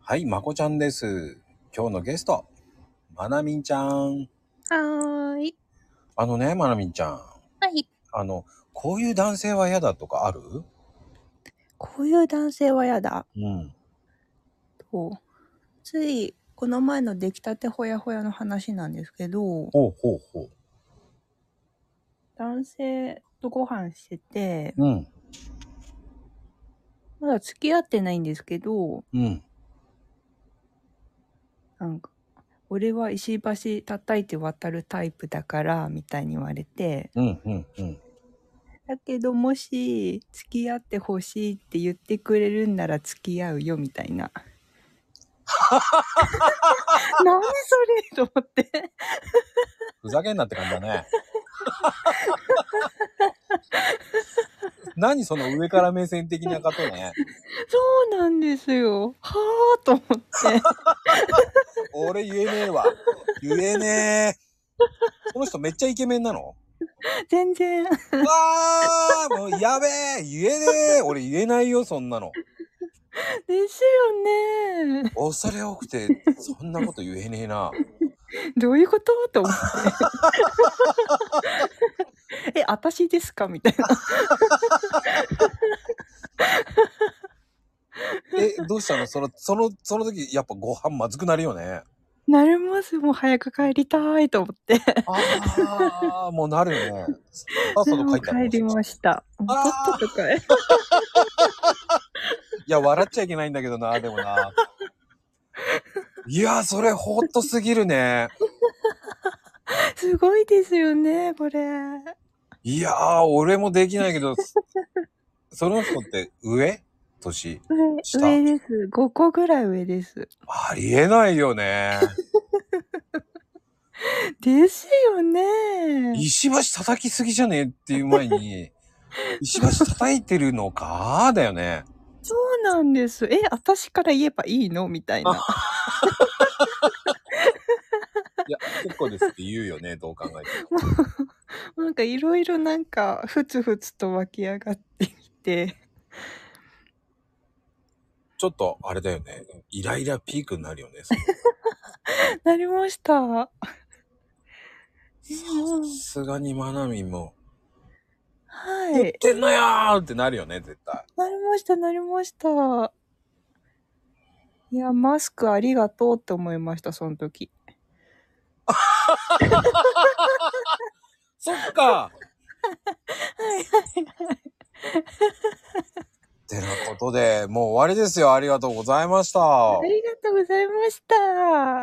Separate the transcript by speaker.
Speaker 1: はい、まこちゃんです。今日のゲスト、まなみんちゃん。
Speaker 2: はーい。
Speaker 1: あのね、まなみんちゃん。
Speaker 2: はい。
Speaker 1: あの、こういう男性は嫌だとかある
Speaker 2: こういう男性は嫌だ。
Speaker 1: うん。
Speaker 2: と、つい、この前の出来たてほやほやの話なんですけど、
Speaker 1: ほうほうほう。
Speaker 2: 男性とご飯してて、
Speaker 1: うん。
Speaker 2: まだ付き合ってないんですけど、
Speaker 1: うん。
Speaker 2: なんか、俺は石橋叩いて渡るタイプだから、みたいに言われて、
Speaker 1: うんうんうん。
Speaker 2: だけどもし付き合ってほしいって言ってくれるんなら付き合うよみたいな。 何それと思って
Speaker 1: ふざけんなって感じだね。何その上から目線的なことね。
Speaker 2: そうなんですよ。はあと思って。
Speaker 1: 俺言えねえわ。言えねえ。この人めっちゃイケメンなの
Speaker 2: 全然。わ
Speaker 1: あもうやべえ言えねえ俺言えないよそんなの。
Speaker 2: ですよね
Speaker 1: 恐れ多く てそんなこと言えねえな。
Speaker 2: どういうことと 思って。え、私ですかみたいな。
Speaker 1: え、どうしたのその、その、その時やっぱご飯まずくなるよね。
Speaker 2: なりますもう早く帰りたいと思って
Speaker 1: ああもうなるよね
Speaker 2: あその帰った帰りましたとっとと帰
Speaker 1: いや笑っちゃいけないんだけどなでもないやそれほっとすぎるね
Speaker 2: すごいですよねこれ
Speaker 1: いや俺もできないけどその人って上年
Speaker 2: 上です5個ぐらい上です
Speaker 1: ありえないよね
Speaker 2: ですよね
Speaker 1: 石橋叩きすぎじゃねえっていう前に石橋叩いてるのかだよね
Speaker 2: そうなんですえ私から言えばいいのみたいな
Speaker 1: いや結構ですって言うよねどう考え
Speaker 2: てもなんかいろいろなんかふつふつと湧き上がってきて
Speaker 1: ちょっとあれだよね。イライラピークになるよね。
Speaker 2: なりました。
Speaker 1: さすがにまなみも。
Speaker 2: はい。
Speaker 1: 言ってんのよーってなるよね、絶対。
Speaker 2: なりました、なりました。いや、マスクありがとうって思いました、その 時。
Speaker 1: そっ か。
Speaker 2: はいはいはい。
Speaker 1: てなことで、もう終わりですよ。ありがとうございました。
Speaker 2: ありがとうございました。